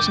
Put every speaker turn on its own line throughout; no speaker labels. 什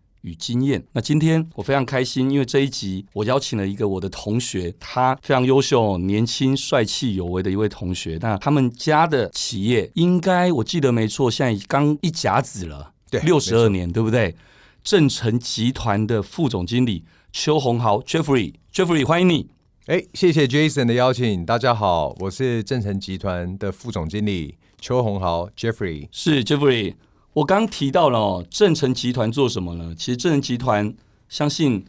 与经验。那今天我非常开心，因为这一集我邀请了一个我的同学，他非常优秀、年轻、帅气、有为的一位同学。那他们家的企业，应该我记得没错，现在刚一甲子了，
对
六十二
没错
年，对不对？正成集团的副总经理邱鸿豪 Jeffrey，Jeffrey，欢迎你。
哎，谢谢 Jason 的邀请，大家好，我是正成集团的副总经理邱鸿豪 Jeffrey。
是 Jeffrey，我刚提到了哦，正成集团做什么呢？其实正成集团相信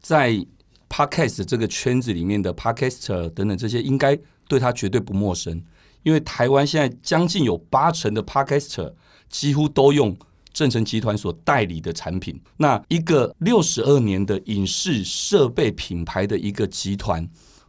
在 Podcast 这个圈子里面的 Podcaster 等等这些，应该对他绝对不陌生，因为台湾现在将近有八成的 Podcaster 几乎都用。正成集团所代理的产品，那一个六十二年的影视设备品牌的一个集团，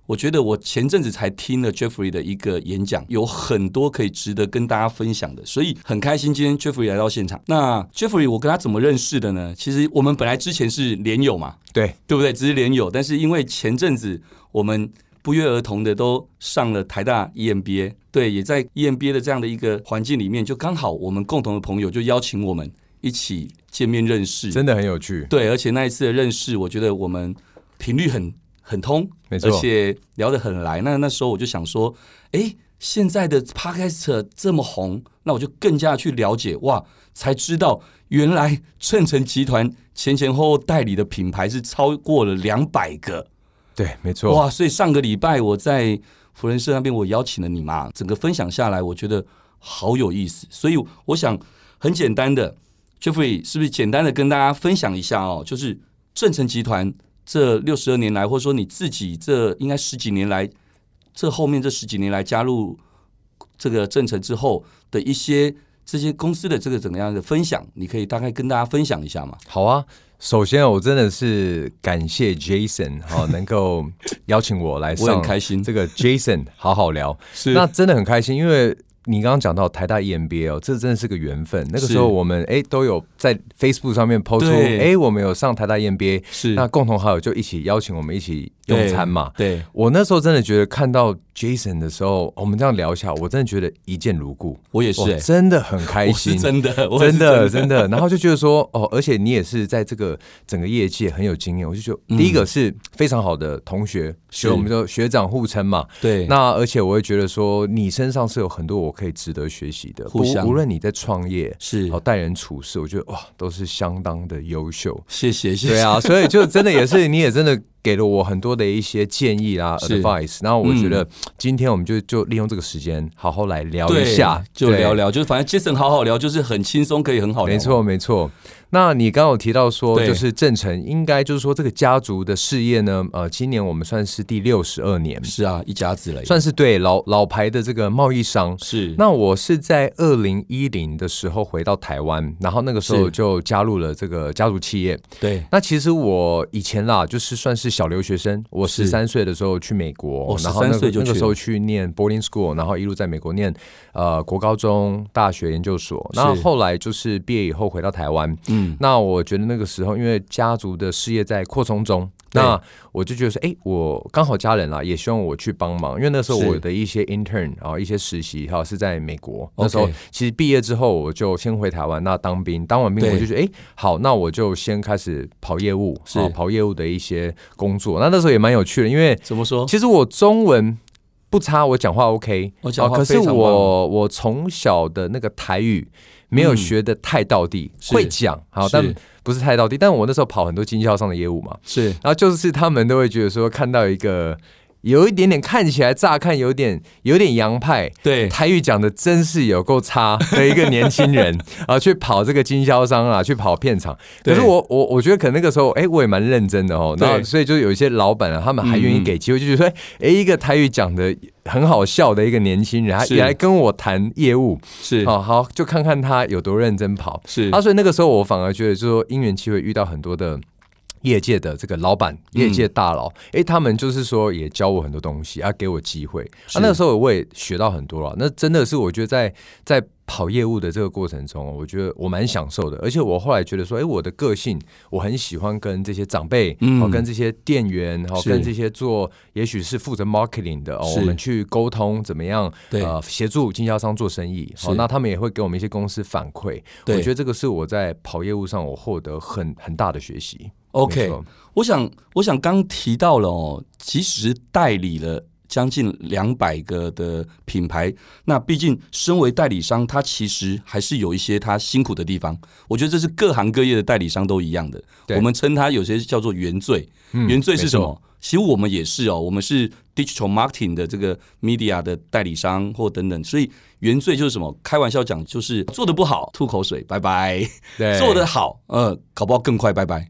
我觉得我前阵子才听了 Jeffrey 的一个演讲，有很多可以值得跟大家分享的，所以很开心今天 Jeffrey 来到现场。那 Jeffrey 我跟他怎么认识的呢？其实我们本来之前是连友嘛，
对，
对不对？只是连友，但是因为前阵子我们不约而同的都上了台大 E EMBA，对，也在 E EMBA 的这样的一个环境里面，就刚好我们共同的朋友就邀请我们一起见面认识，
真的很有趣。
对，而且那一次的认识，我觉得我们频率很很通，
没错
而且聊得很来。那那时候我就想说，哎，现在的 podcast 这么红，那我就更加去了解，哇，才知道原来正成集团前前后后代理的品牌是超过了两百个，
对，没错。
哇！所以上个礼拜我在福仁社那边，我邀请了你嘛，整个分享下来，我觉得好有意思。所以我想很简单的，Jeffrey 是不是简单的跟大家分享一下哦？就是正成集团这六十二年来，或者说你自己这应该十几年来，这后面这十几年来加入这个正成之后的一些这些公司的这个怎么样的分享，你可以大概跟大家分享一下嘛？
好啊，首先我真的是感谢 Jason 哈、能够邀请我来上，
我很开心
这个 Jason 好好聊，
是
那真的很开心，因为。你刚刚讲到台大 EMBA 哦，这真的是个缘分。那个
是
时候我们哎都有在 Facebook 上面抛出
对
哎我们有上台大 EMBA，
是
那共同好友就一起邀请我们一起用餐嘛。
对，
我那时候真的觉得看到 Jason 的时候，哦我们这样聊一下，我真的觉得一见如故，
我也是、
哇
欸，
真的很开
我是
心，
真的， 我是
真
真的
的真的。然后就觉得说，哦，而且你也是在这个整个业界很有经验，我就觉得第一个是非常好的同学，
嗯是
所以我们就学长互称嘛。
对，
那而且我也觉得说，你身上是有很多我可以值得学习的，
互
不
相
无论你在创业，哦
是
好待人处事，我觉得哇，都是相当的优秀。
谢谢，谢谢。
对啊，所以就真的也是，你也真的给了我很多的一些建议啦、
是嗯
advice。然后我觉得今天我们就就利用这个时间，好好来聊
对，
一下，
就
对
聊。聊，就是反正 Jason 好好聊，就是很轻松，可以很好聊。
没，错，没错。那你刚刚有提到说，
对
就是郑成，应该就是说这个家族的事业呢，呃，今年我们算是第六十二年，
是啊，一家子了，
算是对老老牌的这个贸易商。
是
那我是在二零一零的时候回到台湾，然后那个时候
是
就加入了这个家族企业。
对，
那其实我以前啦，就是算是小留学生。我
是
十三岁的时候去美国，
哦
然后那
13岁
个
就去
那
了
个时候去念 boarding school，然后一路在美国念呃国高中、大学、研究所。
是
那后来就是毕业以后回到台湾，
嗯，
那我觉得那个时候因为家族的事业在扩充中。
对
那我就觉得说，哎、我刚好家人啦，也希望我去帮忙，因为那时候
是
我的一些 intern 啊，一些实习哈是在美国。
OK
那时候其实毕业之后，我就先回台湾，那当兵，当完兵
对
我就觉得，哎、好，那我就先开始跑业务，
是
啊跑业务的一些工作。那那时候也蛮有趣的，因为
怎么说？
其实我中文不差，我讲话 OK，
我讲话
啊可
非
是
常棒
我我从小的那个台语没有学的太到地，
嗯是
会讲好，
是
但不是太到地。但我那时候跑很多经销商的业务嘛，
是
然后就是他们都会觉得说看到一个有一点点看起来乍看有点有点洋派。
对，
台语讲的真是有够差的一个年轻人 啊，去跑这个经销商啊，去跑片场。可是
对
我我我觉得可能那个时候，哎、我也蛮认真的哦。
对嗯
然后所以就有一些老板啊，他们还愿意给机会，就觉得说，哎、一个台语讲的很好笑的一个年轻人，他
是
也来跟我谈业务，
是
好好就看看他有多认真跑。
是
啊啊，所以那个时候我反而觉得，就是说因缘机会遇到很多的。业界的这个老板、
嗯
业界大佬，诶，他们就是说也教我很多东西啊，给我机会啊。那个时候我也学到很多了。那真的是我觉得在在跑业务的这个过程中，我觉得我蛮享受的。而且我后来觉得说，诶，我的个性我很喜欢跟这些长辈，
嗯
哦，跟这些店员，哦，
是
跟这些做也许是负责 marketing 的，哦，
是
我们去沟通怎么样，
对
呃，协助经销商做生意。
是
哦，那他们也会给我们一些公司反馈。我
对
觉得这个是我在跑业务上我获得很很大的学习。没
OK，
错
我想，我想刚提到了哦，其实代理了将近两百个的品牌，那毕竟身为代理商，他其实还是有一些他辛苦的地方。我觉得这是各行各业的代理商都一样的，
对
我们称它有些叫做原罪。
嗯
原罪是什
没错
么？其实我们也是哦，我们是 digital marketing 的这个 media 的代理商或等等，所以原罪就是什么？开玩笑讲，就是做的不好，吐口水，拜拜。
对，
做 得好，呃，搞不好更快，拜拜。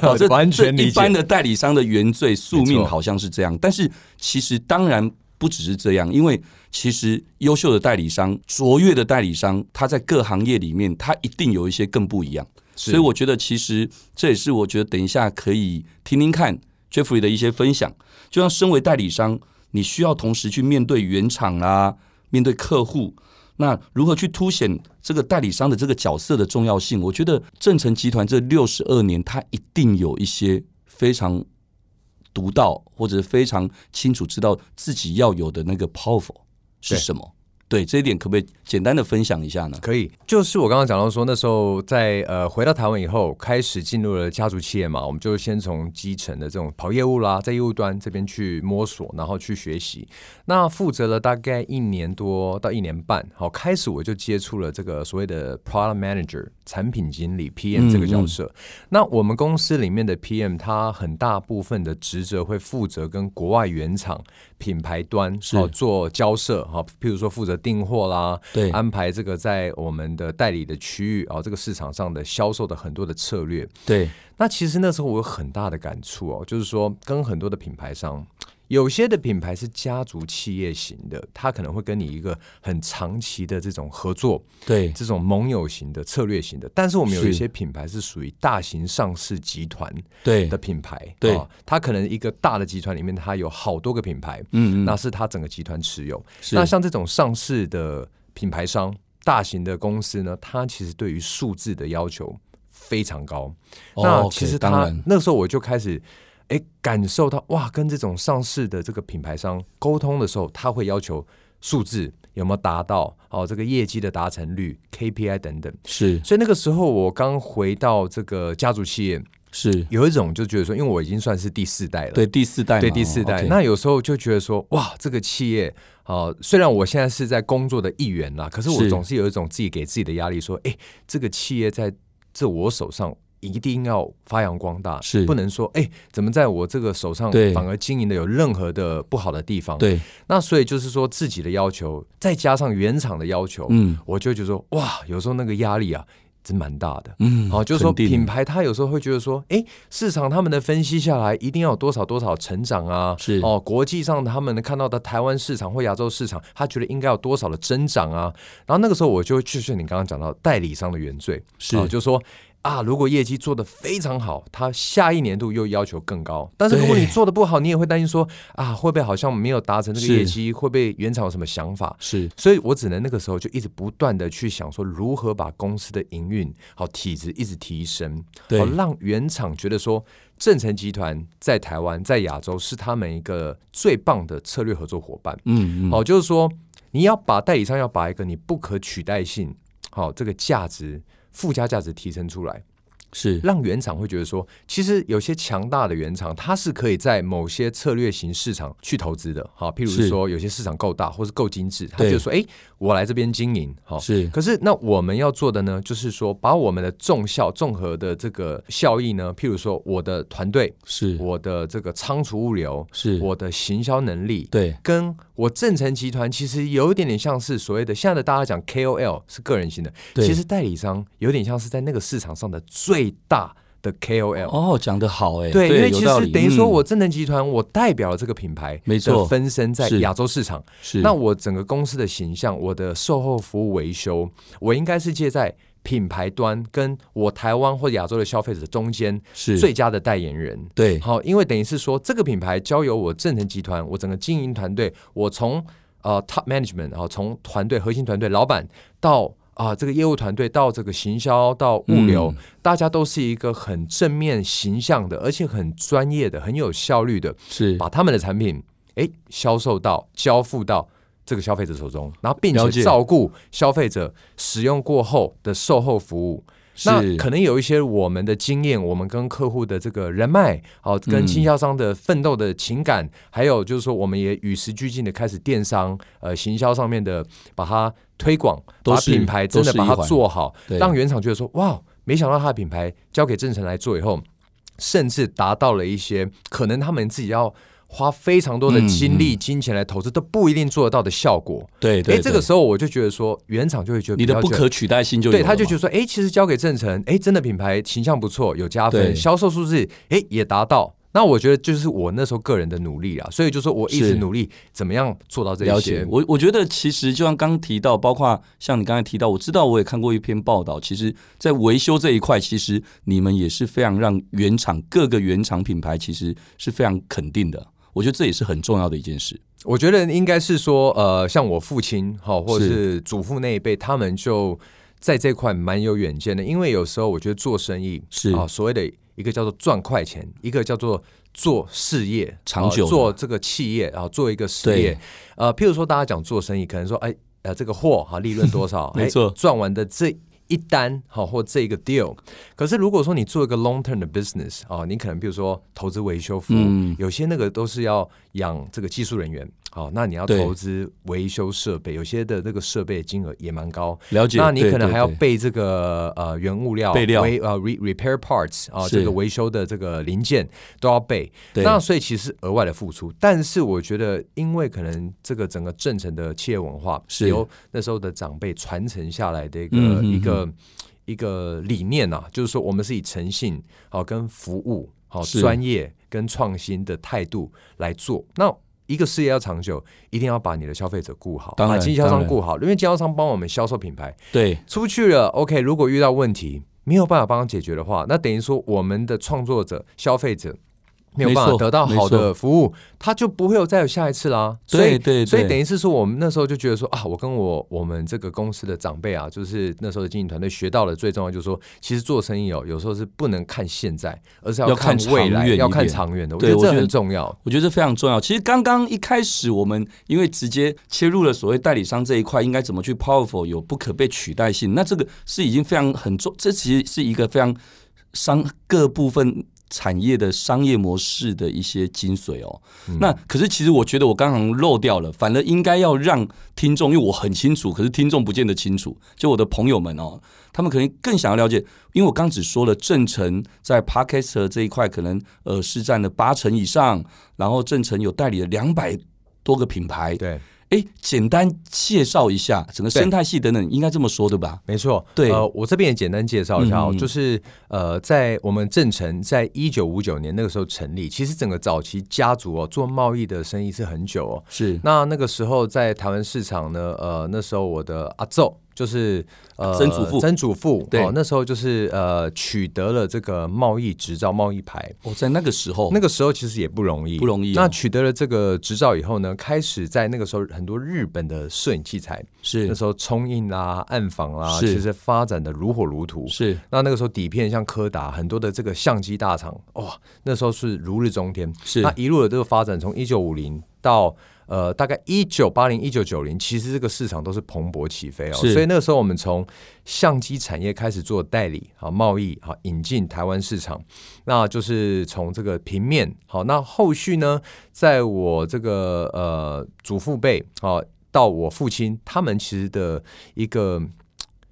好哦这
完全
这
理
一
解
般的代理商的原罪宿
没
命
错
好像是这样，但是其实当然不只是这样，因为其实优秀的代理商、卓越的代理商，他在各行业里面，他一定有一些更不一样。
是
所以我觉得，其实这也是我觉得等一下可以听听看 Jeffrey 的一些分享。就像身为代理商，你需要同时去面对原厂啦，面对客户，那如何去凸显这个代理商的这个角色的重要性？我觉得正成集团这六十二年，它一定有一些非常独到或者非常清楚知道自己要有的那个 powerful 是什么。对这一点，可不可以简单的分享一下呢？
可以，就是我刚刚讲到说，那时候在呃回到台湾以后，开始进入了家族企业嘛，我们就先从基层的这种跑业务啦，在业务端这边去摸索，然后去学习。那负责了大概一年多到一年半，好，开始我就接触了这个所谓的 product manager 产品经理 PM 这个角色。那我们公司里面的 PM，他很大部分的职责会负责跟国外原厂品牌端
是
哦做交涉，好，譬如说负责订货啦，
对
安排这个在我们的代理的区域啊、哦，这个市场上的销售的很多的策略。
对，
那其实那时候我有很大的感触哦，就是说跟很多的品牌商，有些的品牌是家族企业型的，它可能会跟你一个很长期的这种合作，
对，
这种盟友型的策略型的。但是我们有
是
一些品牌是属于大型上市集团
对嗯
的，品牌，
对
哦它可能一个大的集团里面它有好多个品牌，
嗯
那是它整个集团持有。
是
那像这种上市的品牌商、大型的公司呢，它其实对于数字的要求非常高。
哦
那
OK，
其实
当
他
然
那时候我就开始。哎，感受到哇，跟这种上市的这个品牌商沟通的时候，他会要求数字有没有达到哦，这个业绩的达成率、KPI 等等。
是
所以那个时候我刚回到这个家族企业，
是，
有一种就觉得说，因为我已经算是第四代了，
对第四代嘛，
对第四代。
哦，OK
那有时候就觉得说，哇，这个企业啊、呃虽然我现在是在工作的一员啦，可是我
是
总是有一种自己给自己的压力，说，哎，这个企业在这我手上。一定要发扬光大，
是
不能说哎、怎么在我这个手上
对
反而经营的有任何的不好的地方？，
对，
那所以就是说自己的要求，再加上原厂的要求，
嗯
我就觉得说哇，有时候那个压力啊，真蛮大的。
嗯，
哦，就是说
肯定
品牌，它有时候会觉得说，哎，市场他们的分析下来，一定要有多少多少成长啊，
是
哦，国际上他们看到的台湾市场或亚洲市场，他觉得应该有多少的增长啊。然后那个时候我就就是你刚刚讲到代理商的原罪，
是
哦、就说啊，如果业绩做得非常好，他下一年度又要求更高。但是如果
对
你做得不好，你也会担心说啊，会不会好像没有达成这个
是
业绩，会不会原厂有什么想法？
是
所以我只能那个时候就一直不断的去想说，如何把公司的营运好体质一直提升，
对
好让原厂觉得说，正成集团在台湾在亚洲是他们一个最棒的策略合作伙伴。
嗯嗯，
好、就是说你要把代理商要把一个你不可取代性，好、这个价值附加价值提升出来，
是
让原厂会觉得说，其实有些强大的原厂，它是可以在某些策略型市场去投资的。好，譬
是
如说有些市场够大或是够精致，它
对
就说，哎、我来这边经营。好，
是
可是那我们要做的呢，就是说把我们的纵效、综合的这个效益呢，譬如说我的团队、
是
我的这个仓储物流、
是，
我的行销能力，
对
跟我正成集团其实有一点点像是所谓的现在的大家讲 KOL 是个人型的，
对
其实代理商有点像是在那个市场上的最大的 KOL。
哦，讲的好哎，
对，因为
有
其
道
实
理
等于说，
嗯
我正成集团，我代表了这个品牌，
没错
分身在
是
亚洲市场。
是
那我整个公司的形象，我的售后服务维修，我应该是介在品牌端跟我台湾或亚洲的消费者中间
是
最佳的代言人。
对
好，因为等于是说，这个品牌交由我正成集团，我整个经营团队，我从呃 top management，然后从团队核心团队老板到啊、这个业务团队，到这个行销，到物流，大家都是一个很正面形象的，而且很专业的、很有效率的，
是
把他们的产品诶销售到交付到。这个消费者手中，然后并
了
且
解
照顾消费者使用过后的售后服务，那
是
可能有一些我们的经验，我们跟客户的这个人脉，哦，跟
嗯
经销商的奋斗的情感，还有就是说，我们也与时俱进的开始电商，呃，行销上面的把它推广，
都
把
是
品牌真
都
的
是一
把
环
它做好，
对
让原厂觉得说，哇，没想到他的品牌交给正成来做以后，甚至达到了一些可能他们自己要。花非常多的精力、金钱来投资，都不一定做得到的效果。
对嗯对
哎，
对，
这个时候我就觉得说，原厂就会觉得
你
比
的
较
不
觉得
可取代性就有
对，
了
他就觉
嘛
得说，哎，其实交给郑成，哎，真的品牌形象不错，有加分，
对
销售数字，哎，也达到。那我觉得就是我那时候个人的努力啊，所以就说我一直
是
努力怎么样做到这
了
些
解。，我我觉得其实就像刚提到，包括像你刚才提到，我知道我也看过一篇报道，其实在维修这一块，其实你们也是非常让原厂各个原厂品牌其实是非常肯定的。我觉得这也是很重要的一件事。
我觉得应该是说，呃，像我父亲哈，或者
是
是祖父那一辈，他们就在这块蛮有远见的。因为有时候我觉得做生意
是
啊，所谓的一个叫做赚快钱，一个叫做做事业
长久
啊
的
做这个企业啊，做一个事业
对。
呃，譬如说大家讲做生意，可能说，哎，呃，这个货哈、利润多少？
没
哎
错
赚完的这一单好、或这个 deal。可是如果说你做一个 long term 的 business 啊、你可能比如说投资维修服务，
嗯
有些那个都是要养这个技术人员，好、那你要
对
投资维修设备，有些的那个设备金额也蛮高。
了解，
那你
对
可能
对
还要
对
备这个呃原物料、
备料
维呃 re, repair parts 啊、
是
这个维修的这个零件都要备。
对
那所以其实额外的付出，但是我觉得，因为可能这个整个正成的企业文化
是
由那时候的长辈传承下来的一个、
嗯哼哼
一个一个理念啊，就是说我们是以诚信好、跟服务好、
是
专业跟创新的态度来做。那一个事业要长久，一定要把你的消费者顾好，
当然
把经销
当
商
然
顾好，因为经销商帮我们销售品牌，
对
出去了，OK，如果遇到问题没有办法帮他解决的话，那等于说我们的创作者、消费者没有办
没
法
错
得到好的
没
服务，他就不会有再有下一次啦。
对
所以
对对
所以等于是说，我们那时候就觉得说啊，我跟我我们这个公司的长辈啊，就是那时候的经营团队学到了最重要，就是说，其实做生意哦，有时候是不能看现在，而是
要
看
看
未
长
来，
远一
要看
点
长远的。我觉
对
得
我
这
觉得
很重要。
我觉得这非常重要。其实刚刚一开始我们因为直接切入了所谓代理商这一块，应该怎么去 powerful 有不可被取代性？那这个是已经非常很重，这其实是一个非常商各部分产业的商业模式的一些精髓哦。
嗯
那可是其实我觉得我刚刚漏掉了，反而应该要让听众，因为我很清楚，可是听众不见得清楚。就我的朋友们哦，他们可能更想要了解，因为我刚只说了正成在 Podcaster 这一块可能呃是占了八成以上，然后正成有代理了两百多个品牌。
对。
哎，简单介绍一下整个
对
生态系等等，应该这么说对吧？
没错，
对
呃，我这边也简单介绍一下哦，
嗯嗯嗯
就是呃，在我们正成在一九五九年那个时候成立，其实整个早期家族哦做贸易的生意是很久哦。
是
那那个时候在台湾市场呢，呃，那时候我的阿昼就是呃
曾祖父
曾祖父
对
哦，那时候就是呃取得了这个贸易执照、贸易牌，
我在那个时候，
那个时候其实也不容易，
不容易哦
那取得了这个执照以后呢，开始在那个时候很多日本的摄影器材那
是
时候冲印啦、暗访啦，
是
其实发展的如火如荼。
是
那那个时候底片像柯达很多的这个相机大厂，哇、那时候是如日中天。
是
那一路的这个发展，从一九五零到呃大概一九八零、一九九零，其实这个市场都是蓬勃起飞哦。
是
所以那个时候我们从相机产业开始做代理、好贸易、好引进台湾市场，那就是从这个平面好。那后续呢，在我这个呃祖父辈好到我父亲，他们其实的一个。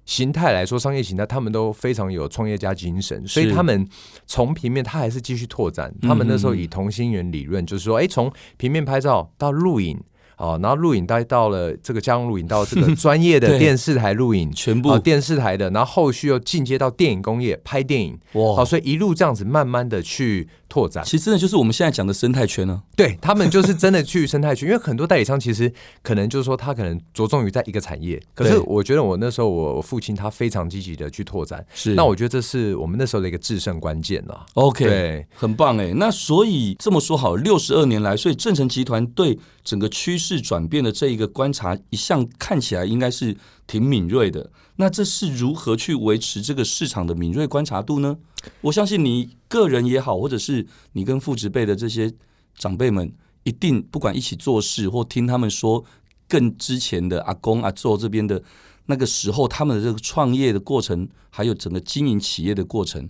形态来说，商业形态，他们都非常有创业家精神，所以
是嗯
他们从平面，他还是继续拓展。他们那时候以同心圆理论，就是说，哎，从平面拍照到录影，哦，然后录影到到了这个家用录影，到这个专业的
对
电视台录影，
全部
哦电视台的，然后后续又进阶到电影工业拍电影，好、哦
哇，
所以一路这样子慢慢的去拓展。
其实真的就是我们现在讲的生态圈呢、
对他们就是真的去生态圈，因为很多代理商其实可能就是说他可能着重于在一个产业，可是
对
我觉得我那时候我我父亲他非常积极的去拓展，
是
那我觉得这是我们那时候的一个制胜关键啦。
OK，
对，
很棒哎。那所以这么说好，六十二年来，所以正成集团对整个趋势转变的这一个观察，一向看起来应该是挺敏锐的。那这是如何去维持这个市场的敏锐观察度呢？我相信你个人也好，或者是你跟父职辈的这些长辈们，一定不管一起做事或听他们说更之前的阿公阿祖这边的那个时候，他们的这个创业的过程，还有整个经营企业的过程，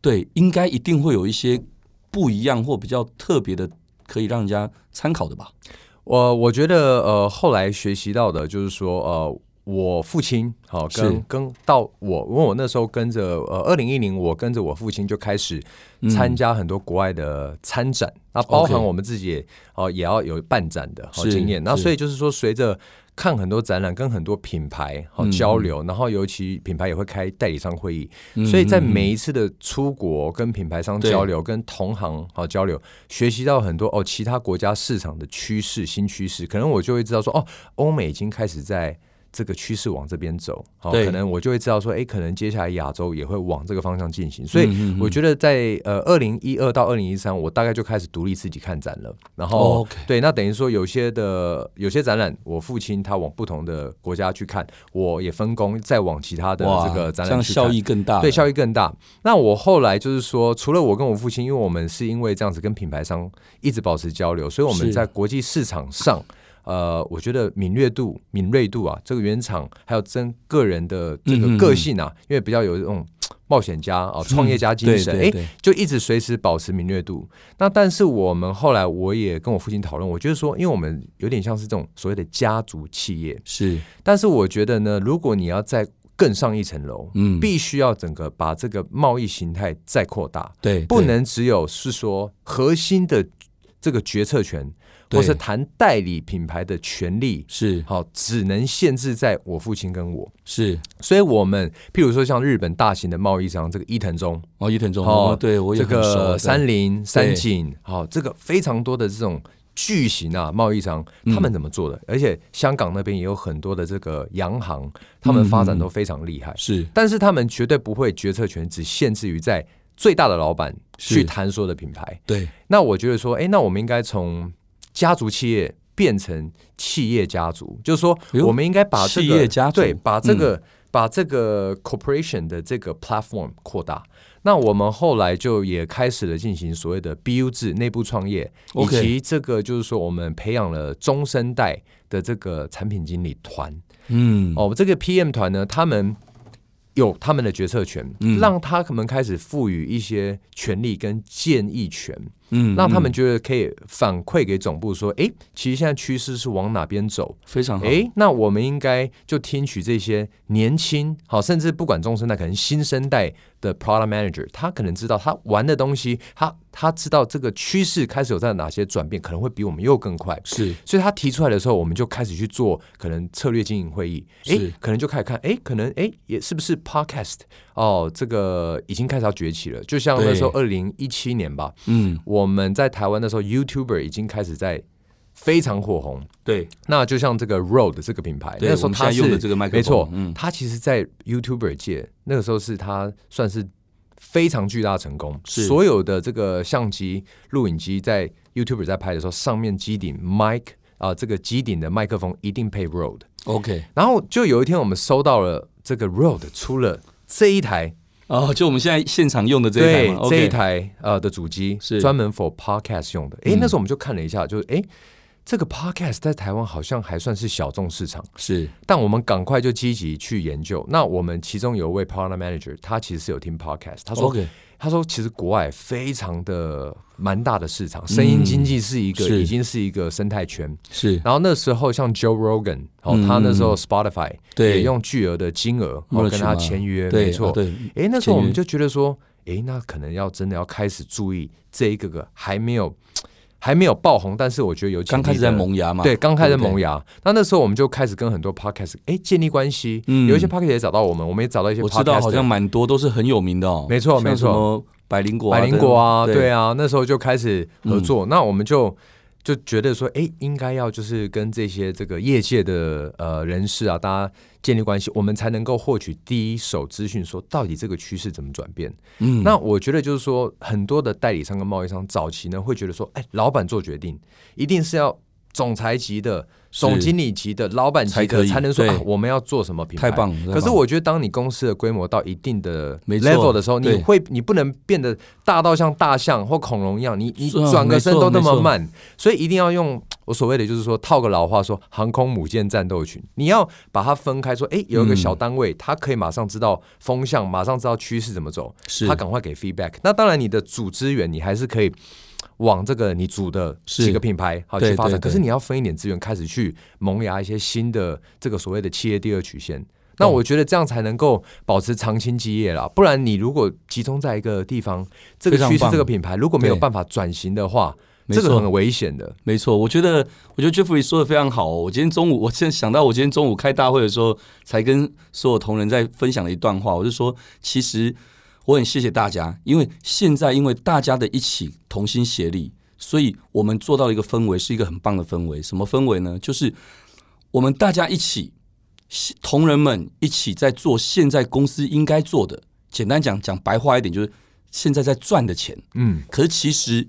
对，应该一定会有一些不一样或比较特别的，可以让人家参考的吧？
我我觉得呃，后来学习到的就是说呃。我父亲好、
是
跟跟到我，因为我那时候跟着呃，二零一零我跟着我父亲就开始
嗯
参加很多国外的参展，那、包
OK
含我们自己也哦、也要有办展的好、
是
经验，那
是
所以就是说随着。看很多展览，跟很多品牌好、
嗯
交流，然后尤其品牌也会开代理商会议，
嗯
所以在每一次的出国跟品牌商
对
交流，跟同行好交流，学习到很多哦，其他国家市场的趋势、新趋势，可能我就会知道说哦，欧美已经开始在这个趋势往这边走，好、
对
可能我就会知道说，哎，可能接下来亚洲也会往这个方向进行，所以
嗯嗯嗯
我觉得在呃二零一二到二零一三，我大概就开始独立自己看展了，然后、
哦，OK
对，那等于说有些的有些展览，我父亲他往不同的国家去看，我也分工再往其他的
哇，
这个展
这
览
样
去看
效益更大了，
对，效
益
益更大。那我后来就是说，除了我跟我父亲，因为我们是因为这样子跟品牌商一直保持交流，所以我们
是
在国际市场上，呃，我觉得敏锐度、敏锐度啊，这个原厂还有真个人的这
嗯嗯
个
嗯
个性啊，因为比较有这种嘖冒险家啊、创业家精神，
对
哎、
对对
就一直随时保持敏锐度。那但是我们后来我也跟我父亲讨论，我觉得说，因为我们有点像是这种所谓的家族企业，
是，
但是我觉得呢，如果你要再更上一层楼，
嗯，
必须要整个把这个贸易形态再扩大，
对，
不
对
能只有是说核心的这个决策权，
对
或是谈代理品牌的权利，
是
好，只能限制在我父亲跟我。
是
所以，我们譬如说像日本大型的贸易商，这个伊藤忠，
哦，伊藤忠
哦
哦，对我也
这
很熟
个
对
三菱、三井，好，这个非常多的这种。巨型啊，贸易商
嗯
他们怎么做的？而且香港那边也有很多的这个洋行，他们发
嗯
展都非常厉害。
是
但是他们绝对不会决策权只限制于在最大的老板
是
去谈所有的品牌。
对
那我觉得说，哎，那我们应该从家族企业变成企业家族，就是说
哎，呦
我们应该把这
企
个
业家族嗯
对，把这个、把这个 corporation 的这个 platform 扩大。那我们后来就也开始了进行所谓的 BU 制内部创业
OK
以及这个就是说我们培养了中生代的这个产品经理团。
嗯
哦，这个 PM 团呢，他们有他们的决策权，
嗯
让他们开始赋予一些权利跟建议权，
嗯，
让他们
嗯
觉得可以反馈给总部说，诶，其实现在趋势是往哪边走。
非常好，
诶，那我们应该就听取这些年轻，好，甚至不管中生代，可能新生代的 product manager，他可能知道他玩的东西，他他知道这个趋势开始有在哪些转变，可能会比我们又更快。
是
所以他提出来的时候，我们就开始去做可能策略经营会议，
是
诶，可能就开始看，诶，可能诶，也是不是 podcast 哦，这个已经开始要崛起了。就像那时候二零一七年吧，
嗯
我们在台湾的时候，YouTuber 已经开始在非常火红。
对
那就像这个 Rode 这个品牌，
对
哎那
我
时候
们
它
现在
是
用的这个麦克风
没错，
嗯
它其实，在 YouTuber 界那个时候是它算是非常巨大的成功，
是
所有的这个相机、录影机在 YouTuber 在拍的时候，上面机顶 mic 啊、这个机顶的麦克风一定配 Rode，
OK
然后就有一天我们收到了这个 Rode 出了这一台
哦，就我们现在现场用的这一台嘛
对这一
OK，
台呃的主机
是嗯
专门 for podcast 用的，诶，那时候我们就看了一下，就是诶，这个 podcast 在台湾好像还算是小众市场。
是
但我们赶快就积极去研究。那我们其中有一位 partner manager，他其实是有听 podcast，他说
OK
他说其实国外非常的蛮大的市场，声音经济是一个、
嗯是
已经是一个生态圈。
是
然后那时候像 Joe Rogan，哦，他那时候 Spotify
嗯对
也用巨额的金额哦
Merch
跟他
嘛
签约，
对
没错
啊。对
诶，那时候我们
签
就觉得说，诶，那可能要真的要开始注意这一个个还没有还没有爆红，但是我觉得有潜
刚开
力
始在
的
萌芽嘛，
对，刚开始
不对
萌芽。那那时候我们就开始跟很多 podcast 哎建立关系，
嗯
有一些 podcast 也找到我们，我们也找到一些 podcast。
我知道好像蛮多都是很有名的哦，
没错
像
没错
什么百灵果、啊、
百灵果啊，
等嗯
对啊，那时候就开始合作，那我们就就觉得说，哎，应该要就是跟这些这个业界的呃人士啊，大家建立关系，我们才能够获取第一手资讯，说到底这个趋势怎么转变。
嗯，
那我觉得就是说，很多的代理商跟贸易商早期呢，会觉得说，哎，老板做决定一定是要总裁级的、总经理级的、老板级
才可
的
以
才能说、
对
啊、我们要做什么品牌。
太棒了太棒了
可是我觉得，当你公司的规模到一定的
没错
level 的时候，你
对
会你不能变得大到像大象或恐龙一样，你你
是啊
转个身
没错
都那
没
么
错
慢，所以一定要用。我所谓的就是说，套个老话说，航空母舰战斗群，你要把它分开说，哎、有一个
嗯
小单位，它可以马上知道风向，马上知道趋势怎么走，
是
他赶快给 feedback。那当然，你的组资源你还是可以往这个你组的
是
几个品牌好
对
去发展，
对对
可是你要分一点资源，开始去萌芽一些新的这个所谓的企业第二曲线。那我觉得这样才能够保持长青基业啦，不然你如果集中在一个地方，这个
非常
趋势
棒
这个品牌如果没有
对
办法转型的话，
没
这个
错
很危险的。
没错，我觉得我觉得 Jeffrey 说的非常好哦、我今天中午，我现在想到我今天中午开大会的时候，才跟所有同仁在分享了一段话，我就说，其实我很谢谢大家，因为现在因为大家的一起同心协力，所以我们做到一个氛围，是一个很棒的氛围。什么氛围呢？就是我们大家一起，同仁们一起在做现在公司应该做的。简单讲，讲白话一点，就是现在在赚的钱。
嗯，
可是其实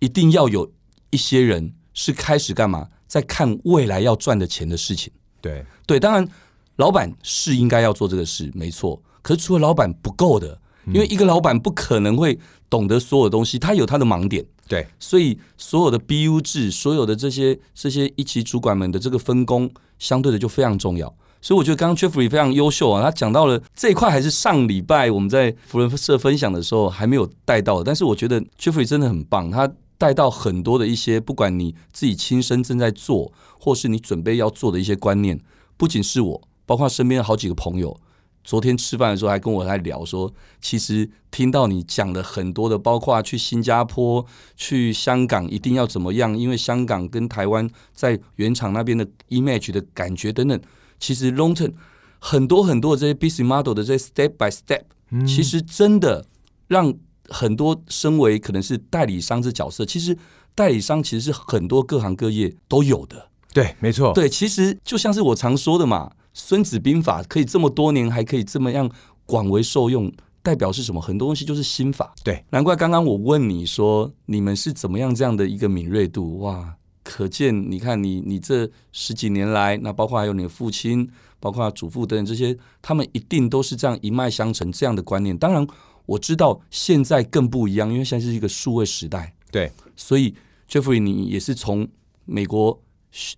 一定要有一些人是开始干嘛，在看未来要赚的钱的事情。
对，
对，当然老板是应该要做这个事，没错。可是除了老板不够的，因为一个老板不可能会懂得所有东西，他有他的盲点。
对，
所以所有的 BU 制，所有的这些这些一级主管们的这个分工，相对的就非常重要。所以我觉得刚刚 Jeffrey 非常优秀啊，他讲到了这一块，还是上礼拜我们在福伦社分享的时候还没有带到的，但是我觉得 Jeffrey 真的很棒，他带到很多的一些，不管你自己亲身正在做，或是你准备要做的一些观念，不仅是我，包括身边的好几个朋友，昨天吃饭的时候还跟我在聊说，其实听到你讲了很多的，包括去新加坡、去香港一定要怎么样，因为香港跟台湾在原厂那边的 image 的感觉等等，其实 long term 很多很多的这些 business model 的这些 step by step，、其
嗯
实真的让很多身为可能是代理商这角色，其实代理商其实是很多各行各业都有的。
对，没错，
对，其实就像是我常说的嘛，《孙子兵法》可以这么多年还可以这么样广为受用，代表是什么？很多东西就是心法。
对，
难怪刚刚我问你说你们是怎么样这样的一个敏锐度哇！可见，你看你你这十几年来，那包括还有你的父亲，包括祖父等等这些，他们一定都是这样一脉相承这样的观念。当然，我知道现在更不一样，因为现在是一个数位时代，
对，
所以 Jeffrey，你也是从美国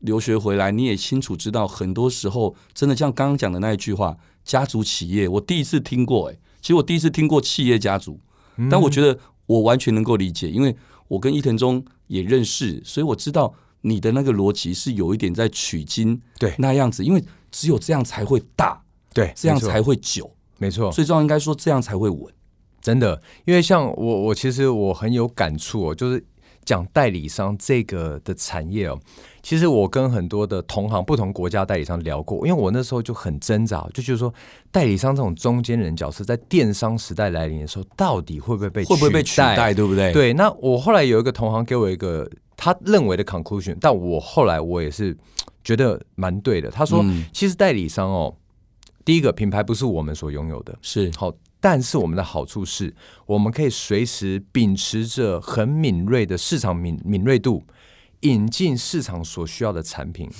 留学回来，你也清楚知道，很多时候真的像刚刚讲的那一句话，家族企业，我第一次听过、欸，其实我第一次听过企业家族，但我觉得我完全能够理解，因为我跟伊藤忠也认识，所以我知道你的那个逻辑是有一点在取经，
对
那样子，因为只有这样才会大，
对，
这样
没错
才会久，
没错。
最重要应该说这样才会稳，
真的，因为像我，我其实我很有感触哦，就是讲代理商这个的产业哦，其实我跟很多的同行、不同国家代理商聊过，因为我那时候就很挣扎，哦就觉得说代理商这种中间人角色，在电商时代来临的时候，到底会不会被
会不会被取代，对不对？，
对，那我后来有一个同行给我一个他认为的 conclusion，但我后来我也是觉得蛮对的。他说，
嗯
其实代理商哦，第一个品牌不是我们所拥有的，
是
好，但是我们的好处是，我们可以随时秉持着很敏锐的市场敏敏锐度，引进市场所需要的产品。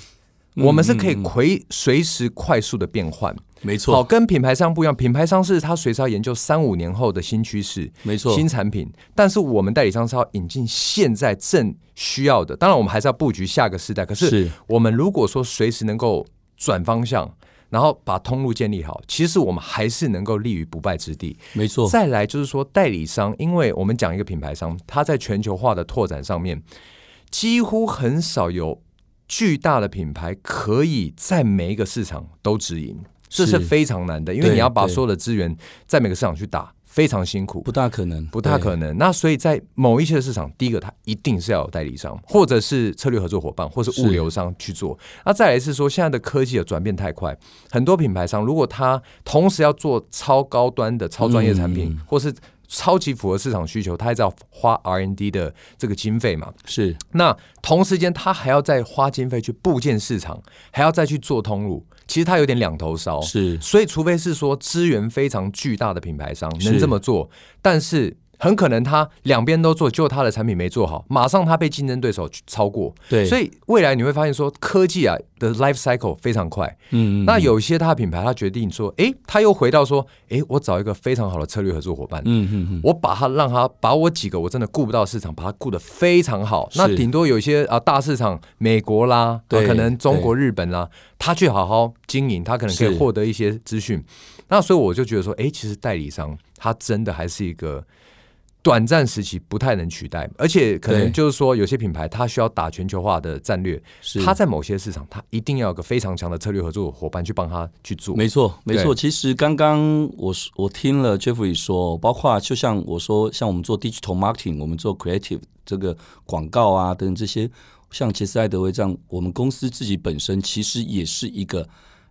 我们是可以随随时快速的变换，
没
好，
错，
跟品牌商不一样，品牌商是他随时要研究三五年后的新趋势，
没错
新产品。但是我们代理商是要引进现在正需要的，当然我们还是要布局下个世代。可是
是
我们如果说随时能够转方向，然后把通路建立好，其实我们还是能够立于不败之地。
没错，
再来就是说，代理商，因为我们讲一个品牌商，它在全球化的拓展上面，几乎很少有巨大的品牌可以在每一个市场都直营，这是
是
非常难的，因为
对
你要把
对
所有的资源在每个市场去打，非常辛苦
不。大可能，
不大
对
可能。那所以在某一些市场，第一个它一定是要有代理
嗯
商，或者是策略合作伙伴，或是物流商去做。那再来是说，现在的科技的转变太快，很多品牌商如果他同时要做超高端的超专业产品，
嗯
或是超级符合市场需求，它还是要花 R N D 的这个经费嘛。
是
那同时间，它还要再花经费去部件市场，还要再去做通路，其实它有点两头烧。
是
所以除非是说资源非常巨大的品牌商
是
能这么做，但是很可能他两边都做，就他的产品没做好，马上他被竞争对手去超过。
对，
所
以
以未来你会发现说，科技啊的 life cycle 非常快。
嗯，嗯
那有一些它的品牌，它决定说，诶，它又回到说，诶，我找一个非常好的策略合作伙伴，
嗯嗯嗯，
我把它让它把我几个我真的顾不到的市场，把它顾得非常好。那顶多有一些啊大市场，美国啦，啊
对
可能中国、日本啦，他去好好经营，他可能可
是
以获得一些资讯。那所以我就觉得说，诶，其实代理商他真的还是一个。短暂时期不太能取代，而且可
对
能就是说，有些品牌它需要打全球化的战略，
是
他在某些市场，他一定要有个非常强的策略合作伙伴去帮他去做。
没错，没错。
对
其实刚刚我说我听了 Jeffrey 说，包括就像我说，像我们做 digital marketing，我们做 creative 这个广告啊等等这些，像杰斯艾德威这样，我们公司自己本身其实也是一个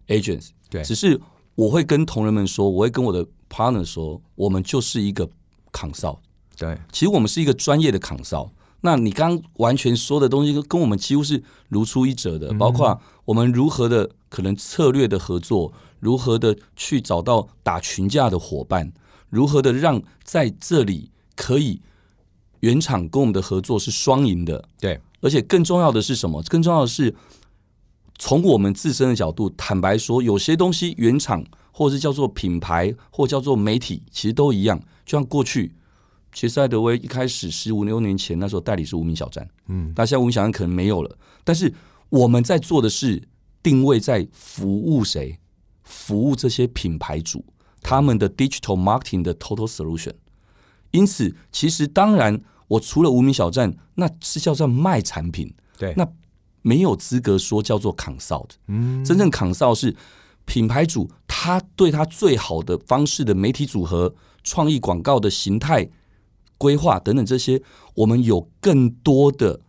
agents，
对
只是我会跟同仁们说，我会跟我的 partner 说，我们就是一个 consult，
对
其实我们是一个专业的扛哨。那你刚刚完全说的东西跟我们几乎是如出一辙的，包括我们如何的可能策略的合作，如何的去找到打群架的伙伴，如何的让在这里可以原厂跟我们的合作是双赢的，
对
而且更重要的是什么？更重要的是，从我们自身的角度，坦白说，有些东西原厂或是叫做品牌，或叫做媒体，其实都一样。就像过去，其实艾德威一开始十五六年前那时候代理是无名小站，嗯，那现在无名小站可能没有了，但是我们在做的是定位在服务谁，服务这些品牌主他们的 digital marketing 的 total solution。因此，其实当然，我除了无名小站，那是叫做卖产品，
对
那没有资格说叫做 consult。嗯，真正 consult 是品牌主他对他最好的方式的媒体组合、创意广告的形态规划等等这些，我们有更多的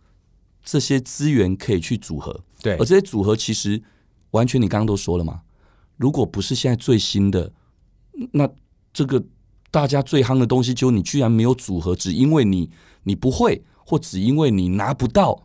这些资源可以去组合。
对
而这些组合其实完全你刚刚都说了嘛，如果不是现在最新的，那这个大家最夯的东西，就你居然没有组合，只因为你你不会，或只因为你拿不到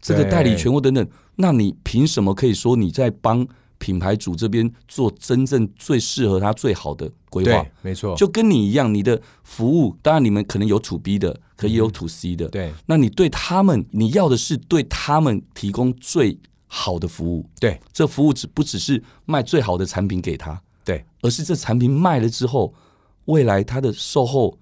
这个
对
代理权或等等，那你凭什么可以说你在帮品牌主这边做真正最适合他最好的规划
对？，没错，
就跟你一样，你的服务当然你们可能有 to B 的，可以有 to C 的，
对
那你对他们，你要的是对他们提供最好的服务。
对
这服务只不只是卖最好的产品给他，
对
而是这产品卖了之后，未来它的售后、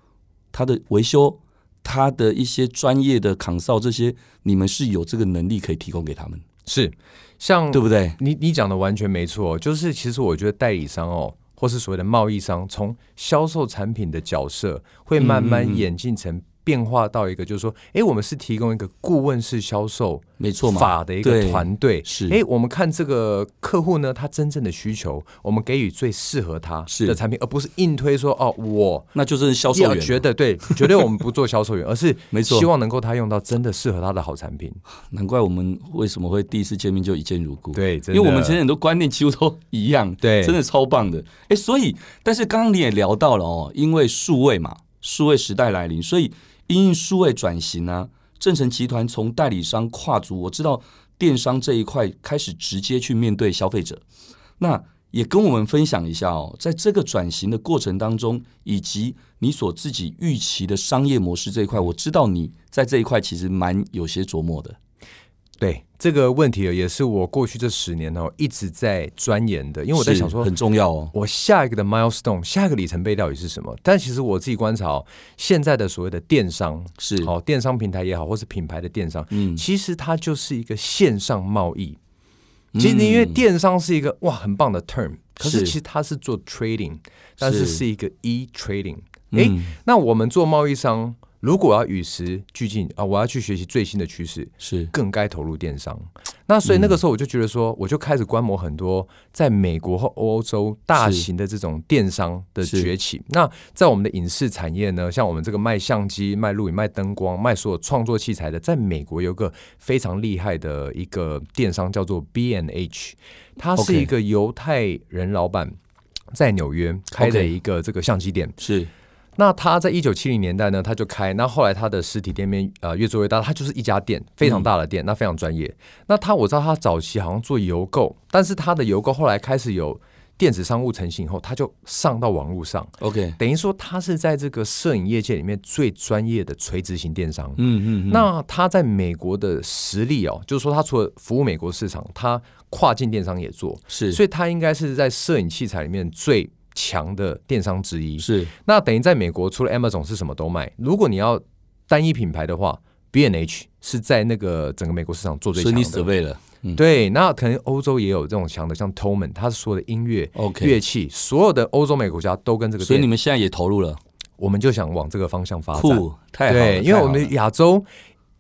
它的维修、它的一些专业的 consult 这些，你们是有这个能力可以提供给他们，
是像
对不对？
你你讲的完全没错，哦就是其实我觉得代理商哦，或是所谓的贸易商，从销售产品的角色会慢
嗯
慢演进成变化到一个，就是说，诶，我们是提供一个顾问式销售
没错嘛，
法的一个
对
团队。
是
诶，我们看这个客户呢，他真正的需求，我们给予最适合他
是
的产品，而不是硬推说哦，我
那就是销售
要
员哦啊
觉得对，绝对我们不做销售员，而是
没错
希望能够他用到真的适合他的好产品。
难怪我们为什么会第一次见面就一见如故。
对
因
真的
为我们之前很多观念几乎都一样，
对
真的超棒的。哎，所以，但是刚刚你也聊到了哦，因为数位嘛，数位时代来临，所以因应数位转型啊，正成集团从代理商跨足，我知道电商这一块开始直接去面对消费者。那也跟我们分享一下哦，在这个转型的过程当中，以及你所自己预期的商业模式这一块，我知道你在这一块其实蛮有些琢磨的。
对这个问题，也是我过去这十年哦一直在钻研的，因为我在
是
想说
很，重要哦。
我下一个的 milestone，下一个里程碑到底是什么？但其实我自己观察哦，现在的所谓的电商
是
好、电商平台也好，或是品牌的电商，
嗯
其实它就是一个线上贸易。其实因为电商是一个哇很棒的 term，可是
嗯是
其实它是做 trading，但
是
是是一个 e trading。诶，
嗯
那我们做贸易商，如果要与时俱进啊，我要去学习最新的趋势，
是嗯
更该投入电商。那所以那个时候我就觉得说，我就开始观摩很多在美国和欧洲大型的这种电商的崛起。那在我们的影视产业呢，像我们这个卖相机、卖录影、卖灯光、卖所有创作器材的，在美国有个非常厉害的一个电商叫做 B N H，它
OK
是一个犹太人老板在纽约开的
OK
一个这个相机店。
是
那他在一九七零年代呢，他就开，那后来他的实体店面呃越做越大，他就是一家店，非常大的店，那非常专业。那他我知道他早期好像做邮购，但是他的邮购后来开始有电子商务成型以后，他就上到网络上，
OK，
等于说他是在这个摄影业界里面最专业的垂直型电商。
嗯嗯嗯，
那他在美国的实力哦，就是说他除了服务美国市场，他跨境电商也做，
是
所以他应该是在摄影器材里面最强的电商之一。
是
那等于在美国，除了 Amazon 是什么都卖，如果你要单一品牌的话，B&H 是在那个整个美国市场做最
所
强
以
的。
你 survey 了
对，那可能欧洲也有这种强的，像 Toman，他所有的音乐、
，OK，
乐器，所有的欧洲、美国家都跟这个
所以
店。
你们现在也投入了，
我们就想往这个方向发展。
酷，太好了，
啊对，因
太
为
好
我们
了
亚洲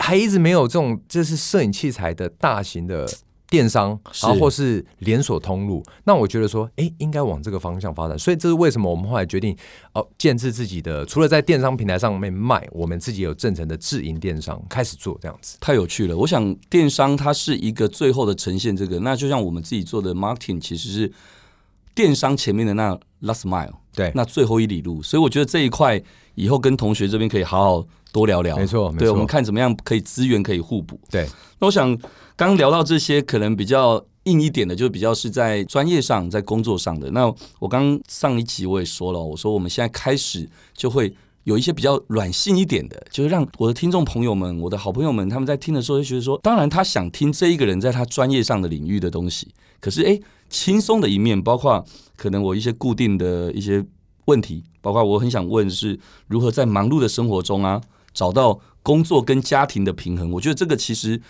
还一直没有这种，就是摄影器材的大型的电商，
是
然后或是连锁通路。那我觉得说，哎，应该往这个方向发展。所以这是为什么我们后来决定哦，建制自己的，除了在电商平台上面卖，我们自己有正成的自营电商开始做这样子。
太有趣了。我想电商它是一个最后的呈现，这个那就像我们自己做的 marketing，其实是电商前面的那 last mile，
对，
那最后一里路。所以我觉得这一块以后跟同学这边可以好好多聊聊，
没错没
对，
错
我们看怎么样可以资源可以互补。
对，
那我想刚聊到这些，可能比较硬一点的，就比较是在专业上、在工作上的。那我刚上一集我也说了，我说我们现在开始就会。有一些比较软性一点的，就是让我的听众朋友们、我的好朋友们，他们在听的时候就觉得说，当然他想听这一个人在他专业上的领域的东西，可是诶，轻松的一面，包括可能我一些固定的一些问题，包括我很想问是如何在忙碌的生活中啊，找到工作跟家庭的平衡。我觉得这个其实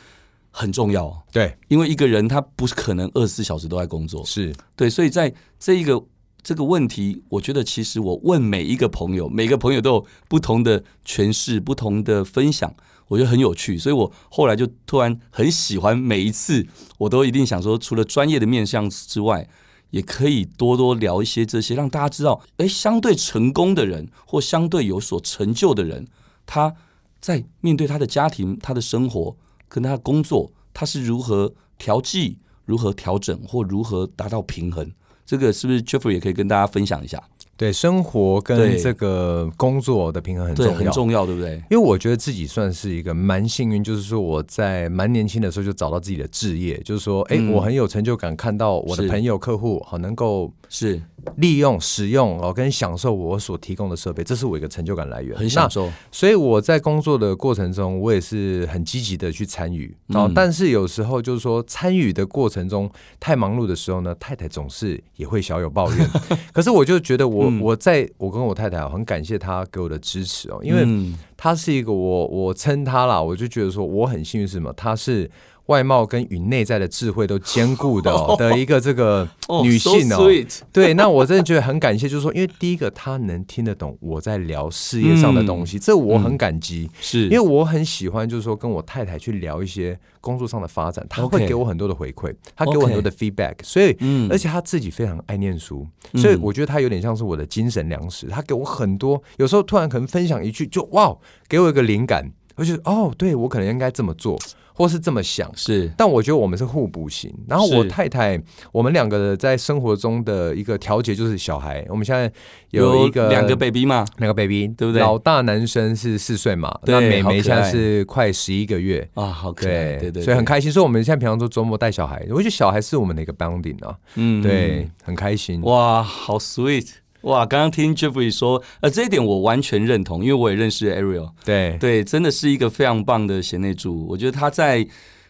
很重要哦，
对，
因为一个人他不是可能二十四小时都在工作，
是，
对，所以在这一个这个问题，我觉得其实我问每一个朋友，每个朋友都有不同的诠释、不同的分享，我觉得很有趣，所以我后来就突然很喜欢每一次，我都一定想说，除了专业的面向之外。也可以多多聊一些这些，让大家知道，诶，相对成功的人或相对有所成就的人，他在面对他的家庭、他的生活跟他的工作，他是如何调剂、如何调整或如何达到平衡？这个是不是 Jeffrey 也可以跟大家分享一下？
对，生活跟
对
这个工作的平衡很重
对，
要，
很重要，对不对？
因为我觉得自己算是一个蛮幸运，就是说我在蛮年轻的时候就找到自己的置业，就是说，哎、我很有成就感，看到我
嗯
的
是
朋友、客户好能够
是
利用、使用哦，跟享受我所提供的设备，这是我一个成就感来源。
很
那
享受，
所以我在工作的过程中，我也是很积极的去参与。哦、
嗯
但是有时候就是说，参与的过程中太忙碌的时候呢，太太总是也会小有 抱怨。可是我就觉得我，
嗯
我在我跟我太太哦很感谢她给我的支持哦，因为
嗯
她是一个我我称她啦，我就觉得说我很幸运是什么？她是。外貌跟与内在的智慧都兼顾 的、哦、的一个这个
哦
女性
so
哦，
sweet
对，那我真的觉得很感谢，就是说，因为第一个他能听得懂我在聊事业上的东
嗯
西，这我很感激，
是
因为我很喜欢，就是说跟我太太去聊一些工作上的发展，她
OK
会给我很多的回馈，她给我很多的 feedback，所以，
嗯
而且她自己非常爱念书，所以我觉得她有点像是我的精神粮食，她给我很多，有时候突然可能分享一句，就哇，给我一个灵感，我就觉得哦，对我可能应该这么做，或是这么想，
是
但我觉得我们是互补型。然后我
是
太太，我们两个的在生活中的一个调节就是小孩。我们现在有一个
两个 baby 嘛，
两个 baby，
对不对
老大男生是四岁嘛，
对
那美
好可爱
眉现在是快十一个月。
啊，好可爱，
对
对对，
所以很
看，
开心。所以我们现在平常都周末带小孩，我觉得小孩是我们的一个 bounding 啊，
嗯，
对，很开心。
哇，好 sweet，哇，刚刚听 Jeffrey 说，呃，这一点我完全认同，因为我也认识 Ariel，
对
对，真的是一个非常棒的贤内助。我觉得他在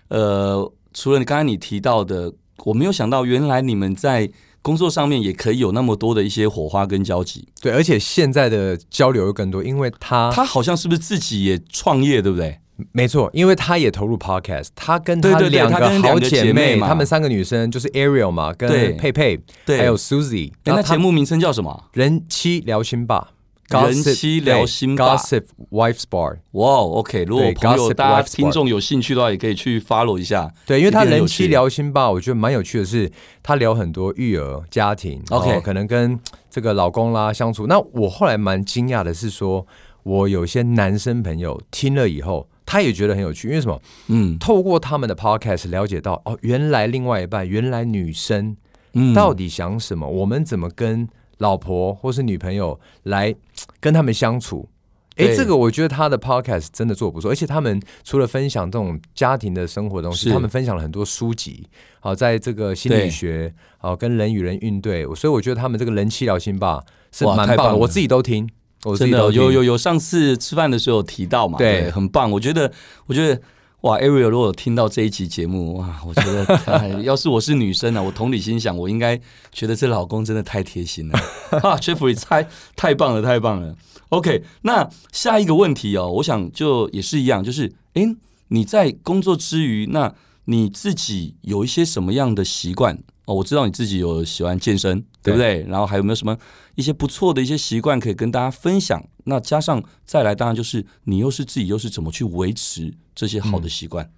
呃，除了刚才你提到的，我没有想到原来你们在工作上面也可以有那么多的一些火花跟交集。
对，而且现在的交流又更多，因为他
他好像是不是自己也创业，对不哎对？
没错，因为她也投入 podcast，她跟她
对对对
两
她跟
个
两
好
个姐
姐
妹
妹，
嘛
她们三个女生就是 Ariel 嘛，
对
跟佩佩，
对
还有 Susie，
哎，
然后
那
她
节目名称叫什么啊？
人妻聊心吧。
人妻聊心吧
Gossip Wives Bar，
哇、哦 o k 如果
对
朋友
Gossip
大家
Life Squad
听众有兴趣的话，也可以去 follow 一下。
对，因为他
一定很有
人
趣
妻聊心吧，我觉得蛮有趣的是，他聊很多育儿、家庭
OK
然后可能跟这个老公啦相处。那我后来蛮惊讶的是说，我有些男生朋友听了以后，他也觉得很有趣，因为什么？
嗯
透过他们的 podcast 了解到，哦，原来另外一半，原来女生
嗯
到底想什么，我们怎么跟老婆或是女朋友来跟他们相处。诶，
对
这个我觉得他的 podcast 真的做得不错，而且他们除了分享这种家庭的生活的东西，
是
他们分享了很多书籍，好、在这个心
对
理学，好、跟人与人应对，所以我觉得他们这个人气疗心吧是
哇
蛮
太
棒
棒
的，我
了
自己都听，我自
真
己
的
都听
有有有，上次吃饭的时候有提到嘛，
对
很棒。我觉得，我觉得，哇，Ariel 如果有听到这一期节目，哇，我觉得哎，要是我是女生啊，我同理心想，我应该觉得这老公真的太贴心 了，哈，Jeffrey 太太棒了，太棒了。OK，那下一个问题哦，我想就也是一样，就是，诶，你在工作之余，那你自己有一些什么样的习惯？哦，我知道你自己有喜欢健身，对不对？然后还有没有什么一些不错的一些习惯可以跟大家分享？那加上再来，当然就是你又是自己又是怎么去维持这些好的习惯？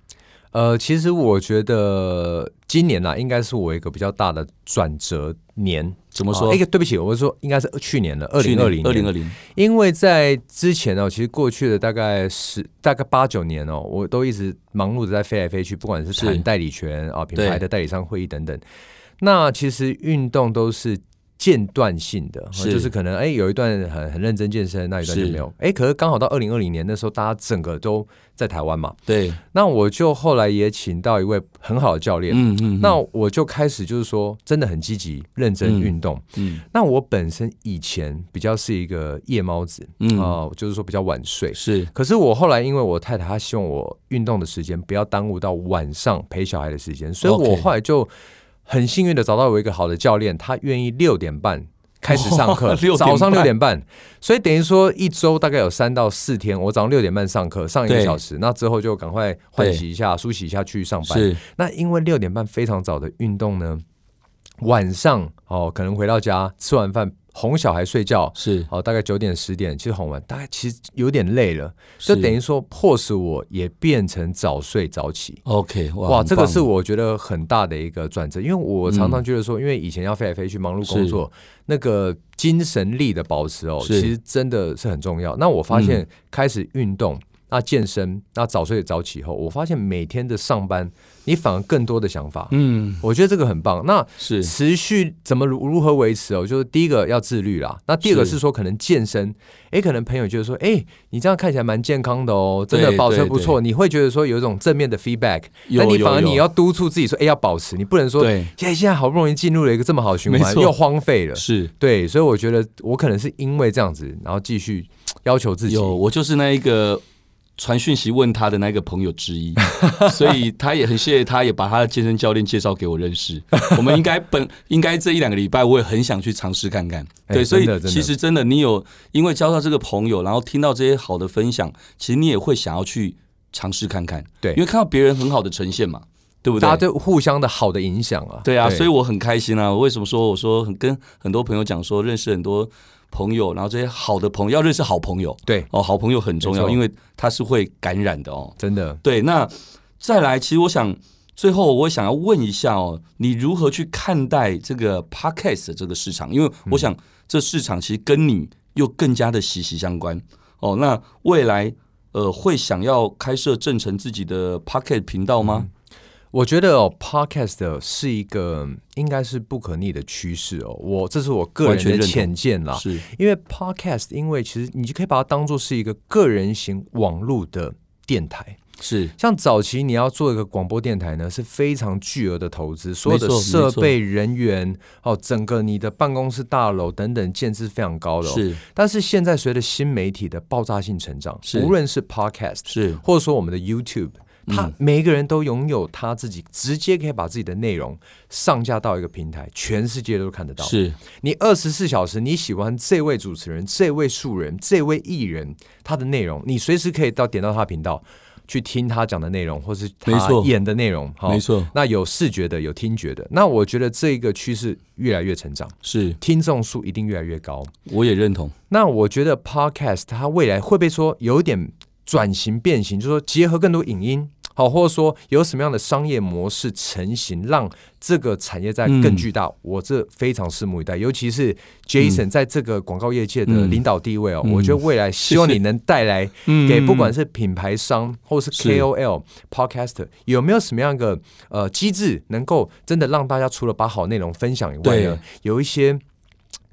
呃，其实我觉得今年啊，应该是我一个比较大的转折年。
怎么说
啊一个对不起，我是说应该是去年了，二零二零，
二零二零，
因为在之前哦，其实过去的大概十、大概八九年哦，我都一直忙碌着在飞来飞去，不管是
是
谈代理权啊、品
对
牌的代理商会议等等。那其实运动都是间断性的，
是
就是可能哎有一段很很认真健身，那一段就是没有。哎，可是刚好到二零二零年那时候，大家整个都在台湾嘛，
对，
那我就后来也请到一位很好的教练。
嗯嗯，
那我就开始就是说，真的很积极、认真
嗯
运动。
嗯
那我本身以前比较是一个夜猫子，
嗯
啊、就是说比较晚睡。
是
可是我后来因为我太太她希望我运动的时间不要耽误到晚上陪小孩的时间，所以
OK
我后来就很幸运的找到我一个好的教练，他愿意六点半。开始上课
哇6:30，
早上六点半，所以等于说一周大概有三到四天，我早上六点半上课，上一个
对
小时，那之后就赶快换洗一下、梳洗一下去上班。
是，
那因为六点半非常早的运动呢，晚上哦可能回到家吃完饭哄小孩睡觉，
是
好、大概九点十点，其实哄完大概其实有点累了，
是
就等于说迫使我也变成早睡早起。
OK，哇，
哇，
很
这个
棒嗯
是我觉得很大的一个转折，因为我常常觉得说，因为以前要飞来飞去忙碌工作，那个精神力的保持哦，
是嗯
其实真的是很重要。那我发现开始运动、那健身、那早睡早起后，我发现每天的上班，你反而更多的想法。
嗯
我觉得这个很棒。那
是
持续怎么如如何维持哦？就是第一个要自律啦，那第二个
是
是说可能健身，诶，可能朋友觉得说，诶，你这样看起来蛮健康的哦，真的
对
保持得
对
不错，你会觉得说有一种正面的 feedback，
有
那你
有
反而
有
你要督促自己说，诶，要保持，你不能说，
对
现在现在好不容易进入了一个这么好的循
没
环，
错
又荒废了，
是
对，所以我觉得我可能是因为这样子，然后继续要求自己，
有，我就是那一个传讯息问他的那个朋友之 一，所以他也很谢谢他，也把他的健身教练介绍给我认 识。我们应该本应该这一两个礼拜，我也很想去尝试看看。
哎
对，所以
真的真的
其实真的，你有因为交到这个朋友，然后听到这些好的分享，其实你也会想要去尝试看看。
对
因为看到别人很好的呈现嘛，对不对？
大家对互相的好的影响啊，
对啊，所以我很开心啊！我为什么说我说很跟很多朋友讲说认识很多朋友，然后这些好的朋友要认识好朋友，
对，
哦，好朋友很重
没
要，
错
因为他是会感染的哦。
真的。
对，那再来，其实我想最后我想要问一下哦，你如何去看待这个 podcast 的这个市场？因为
嗯
我想这市场其实跟你又更加的息息相关哦。那未来呃会想要开设正成自己的 podcast 频道吗？
嗯我觉得哦，podcast 是一个嗯应该是不可逆的趋势哦。我这是我个
完全认
人的
同
浅见啦，
是
因为 podcast，因为其实你就可以把它当做是一个个人型网络的电台。
是
像早期你要做一个广播电台呢，是非常巨额的投资，所有的
没错
设备、人员哦，整个你的办公室大楼等等建制非常高的、哦。
是
但是现在随着新媒体的爆炸性成长，
是
无论是 podcast
是嗯
或者说我们的 YouTube，他每一个人都拥有他自己直接可以把自己的内容上架到一个平台，全世界都看得到。
是
你二十四小时你喜欢这位主持人、这位素人、这位艺人他的内容，你随时可以到点到他的频道去听他讲的内容，或是
没
他
错
演的内容。好
没错
那有视觉的，有听觉的。那我觉得这个趋势越来越成长，
是，
听众数一定越来越高。
我也认同。
那我觉得 podcast 它未来会不会说有一点转型变形，就是说结合更多影音，好，或者说有什么样的商业模式成型，让这个产业在更巨大？我这非常拭目以待，尤其是 Jason 在这个广告业界的领导地位哦，我觉得未来希望你能带来给不管是品牌商或是
是
KOL、podcaster 有没有什么样的呃机制，能够真的让大家除了把好内容分享以外呢，有一些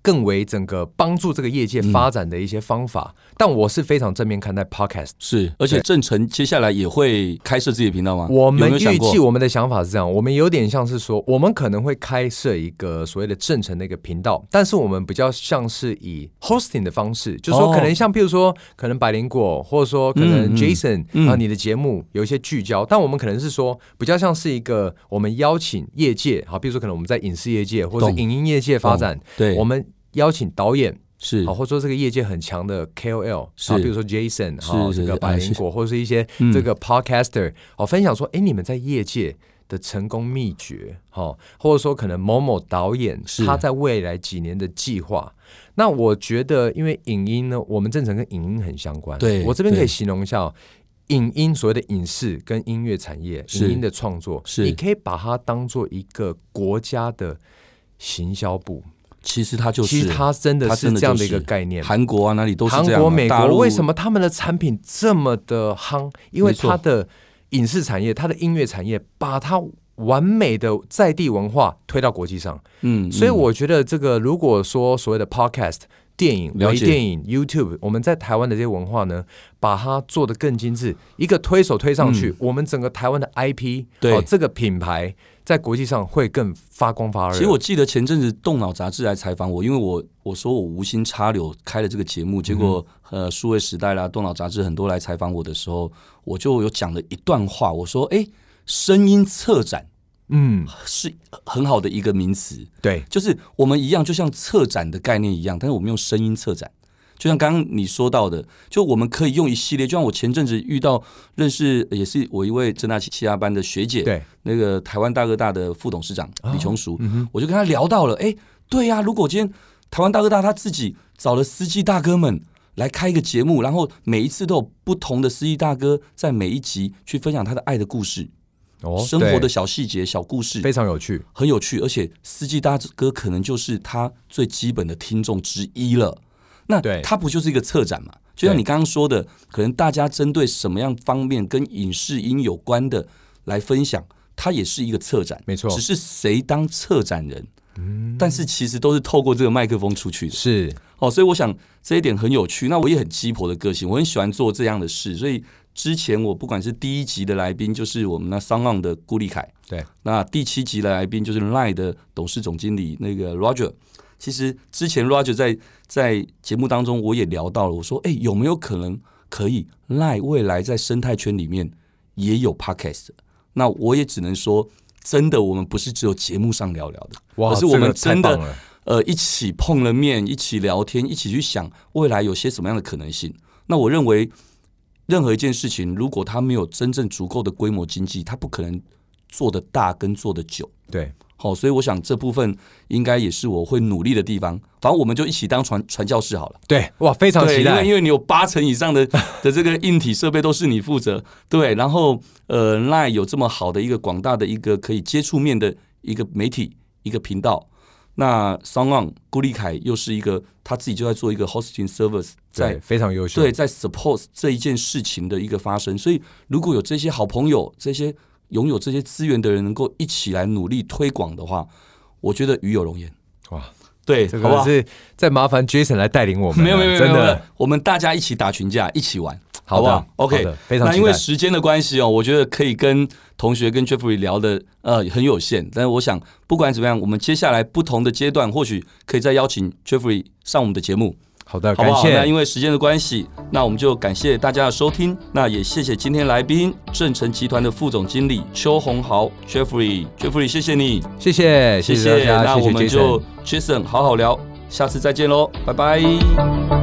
更为整个帮助这个业界发展的一些方法。但我是非常正面看待 podcast。
是，而且正成接下来也会开设自己的频道吗？
我
啊有
们
没有想
预
过
计我们的想法是这样，我们有点像是说，我们可能会开设一个所谓的正成的一个频道，但是我们比较像是以 hosting 的方式，就是说
哦
可能像譬如说，可能百灵果，或者说可
嗯
能
嗯
Jason
嗯
啊，你的节目有一些聚焦，但我们可能是说比较像是一个我们邀请业界，好，比如说可能我们在影视业界或者
懂
影音业界发展，
对，
我们邀请导演。
是
哦好，或者说这个业界很强的 KOL，
是
啊，比如说 Jason，
是
好，
是
这个
是嗯
百
哎是
灵果，或者是一些这个 podcaster，好，分享说，哎，你们在业界的成功秘诀，好，或者说可能某某导演
是
他在未来几年的计划。那我觉得，因为影音呢，我们正常跟影音很相关。
对
我这边可以
对
形容一下、哦。影音所谓的影视跟音乐产业，
是
影音的创作，
是
你可以把它当做一个国家的行销部，
其实它就是，
其实它真的
它
是
真的
这样的
就
一个
是
概念。
韩国啊哪里都是
韩
这样啊、
国、美
大
国
陆
为什么他们的产品这么的夯？因为
没错
它的影视产业、它的音乐产业，把它完美的在地文化推到国际上。
嗯，
所以
嗯
我觉得这个，如果说所谓的 podcast、电影、
了
微
解
电影、YouTube，我们在台湾的这些文化呢，把它做得更精致，一个推手推上去，我们整个台湾的 IP，
嗯对
哦，这个品牌在国际上会更发光发热。
其实我记得前阵子《动脑》杂志来采访我，因为我我说我无心插柳开了这个节目，结果、
嗯
呃，数位时代啦，《动脑》杂志很多来采访我的时候，我就有讲了一段话，我说：“哎，声音策展
嗯，
是很好的一个名词，
对，
就是我们一样，就像策展的概念一样，但是我们用声音策展。就像刚刚你说到的，就我们可以用一系列，就像我前阵子遇到认识，也是我一位正大七七亚班的学姐，
对，
那个台湾大哥大的副董事长李琼淑，
嗯哼，
我就跟他聊到了，哎，对呀、如果今天台湾大哥大他自己找了司机大哥们来开一个节目，然后每一次都有不同的司机大哥在每一集去分享他的爱的故事、
哦，
生活
对
的小细节、小故事，
非常有趣。
很有趣，而且司机大哥可能就是他最基本的听众之一了。那
对
他不就是一个策展嘛？就像
对
你刚刚说的，可能大家针对什么样方面跟影视音有关的来分享，它也是一个策展，
没错嗯
只是谁当策展人，但是其实都是透过这个麦克风出去的。
是，
哦，所以我想这一点很有趣。那我也很鸡婆的个性，我很喜欢做这样的事。所以之前我不管是第一集的来宾，就是我们那商浪的顾立凯，
对，
那第七集的来宾就是 Line 的董事总经理那个 Roger。其实之前 Roger 在在节目当中我也聊到了，我说，哎，有没有可能可以 Line 未来在生态圈里面也有 Podcast？那我也只能说，真的我们不是只有节目上聊聊的，
哇，
可是我
这
们
个太
真的
棒了
呃，一起碰了面，一起聊天，一起去想未来有些什么样的可能性。那我认为，任何一件事情，如果它没有真正足够的规模经济，它不可能做得大跟做得久。
对，
好、所以我想这部分应该也是我会努力的地方。反正我们就一起当传传教士好了。
对，哇，非常
对，
期
因为
待
因。为你有八成以 上的的这个硬体设备都是你负责，对，然后呃，Line 有这么好的一个广大的一个可以接触面的一个媒体一个频道，那 s o n g On 顾立凯又是一个他自己就在做一个 hosting service，在
对，非常优秀。
对，在 support 这一件事情的一个发生。所以，如果有这些好朋友、这些拥有这些资源的人能够一起来努力推广的话，我觉得鱼有龙颜。
哇，
对，
这
好不
个
好？
是在麻烦 Jason 来带领我们了。啊
没有没有没有，
真
没有
的，
我们大家一起打群架，一起玩，
好
好不
的
好？OK，
好的非常
那
期
因为
待
时间的关系哦，我觉得可以跟同学跟 Jeffrey 聊的呃很有限，但是我想不管怎么样，我们接下来不同的阶段，或许可以再邀请 Jeffrey 上我们的节目，
好的，
好不
感
好？那
谢
因为时间的关系，那我们就感谢大家的收听，那也谢谢今天来宾正成集团的副总经理邱红豪 Jeffrey，Jeffrey 谢谢你，
谢哎谢谢
谢
大家，
那我
谢谢
们
Jason
就。Jason 好好聊，下次再见喽，拜拜。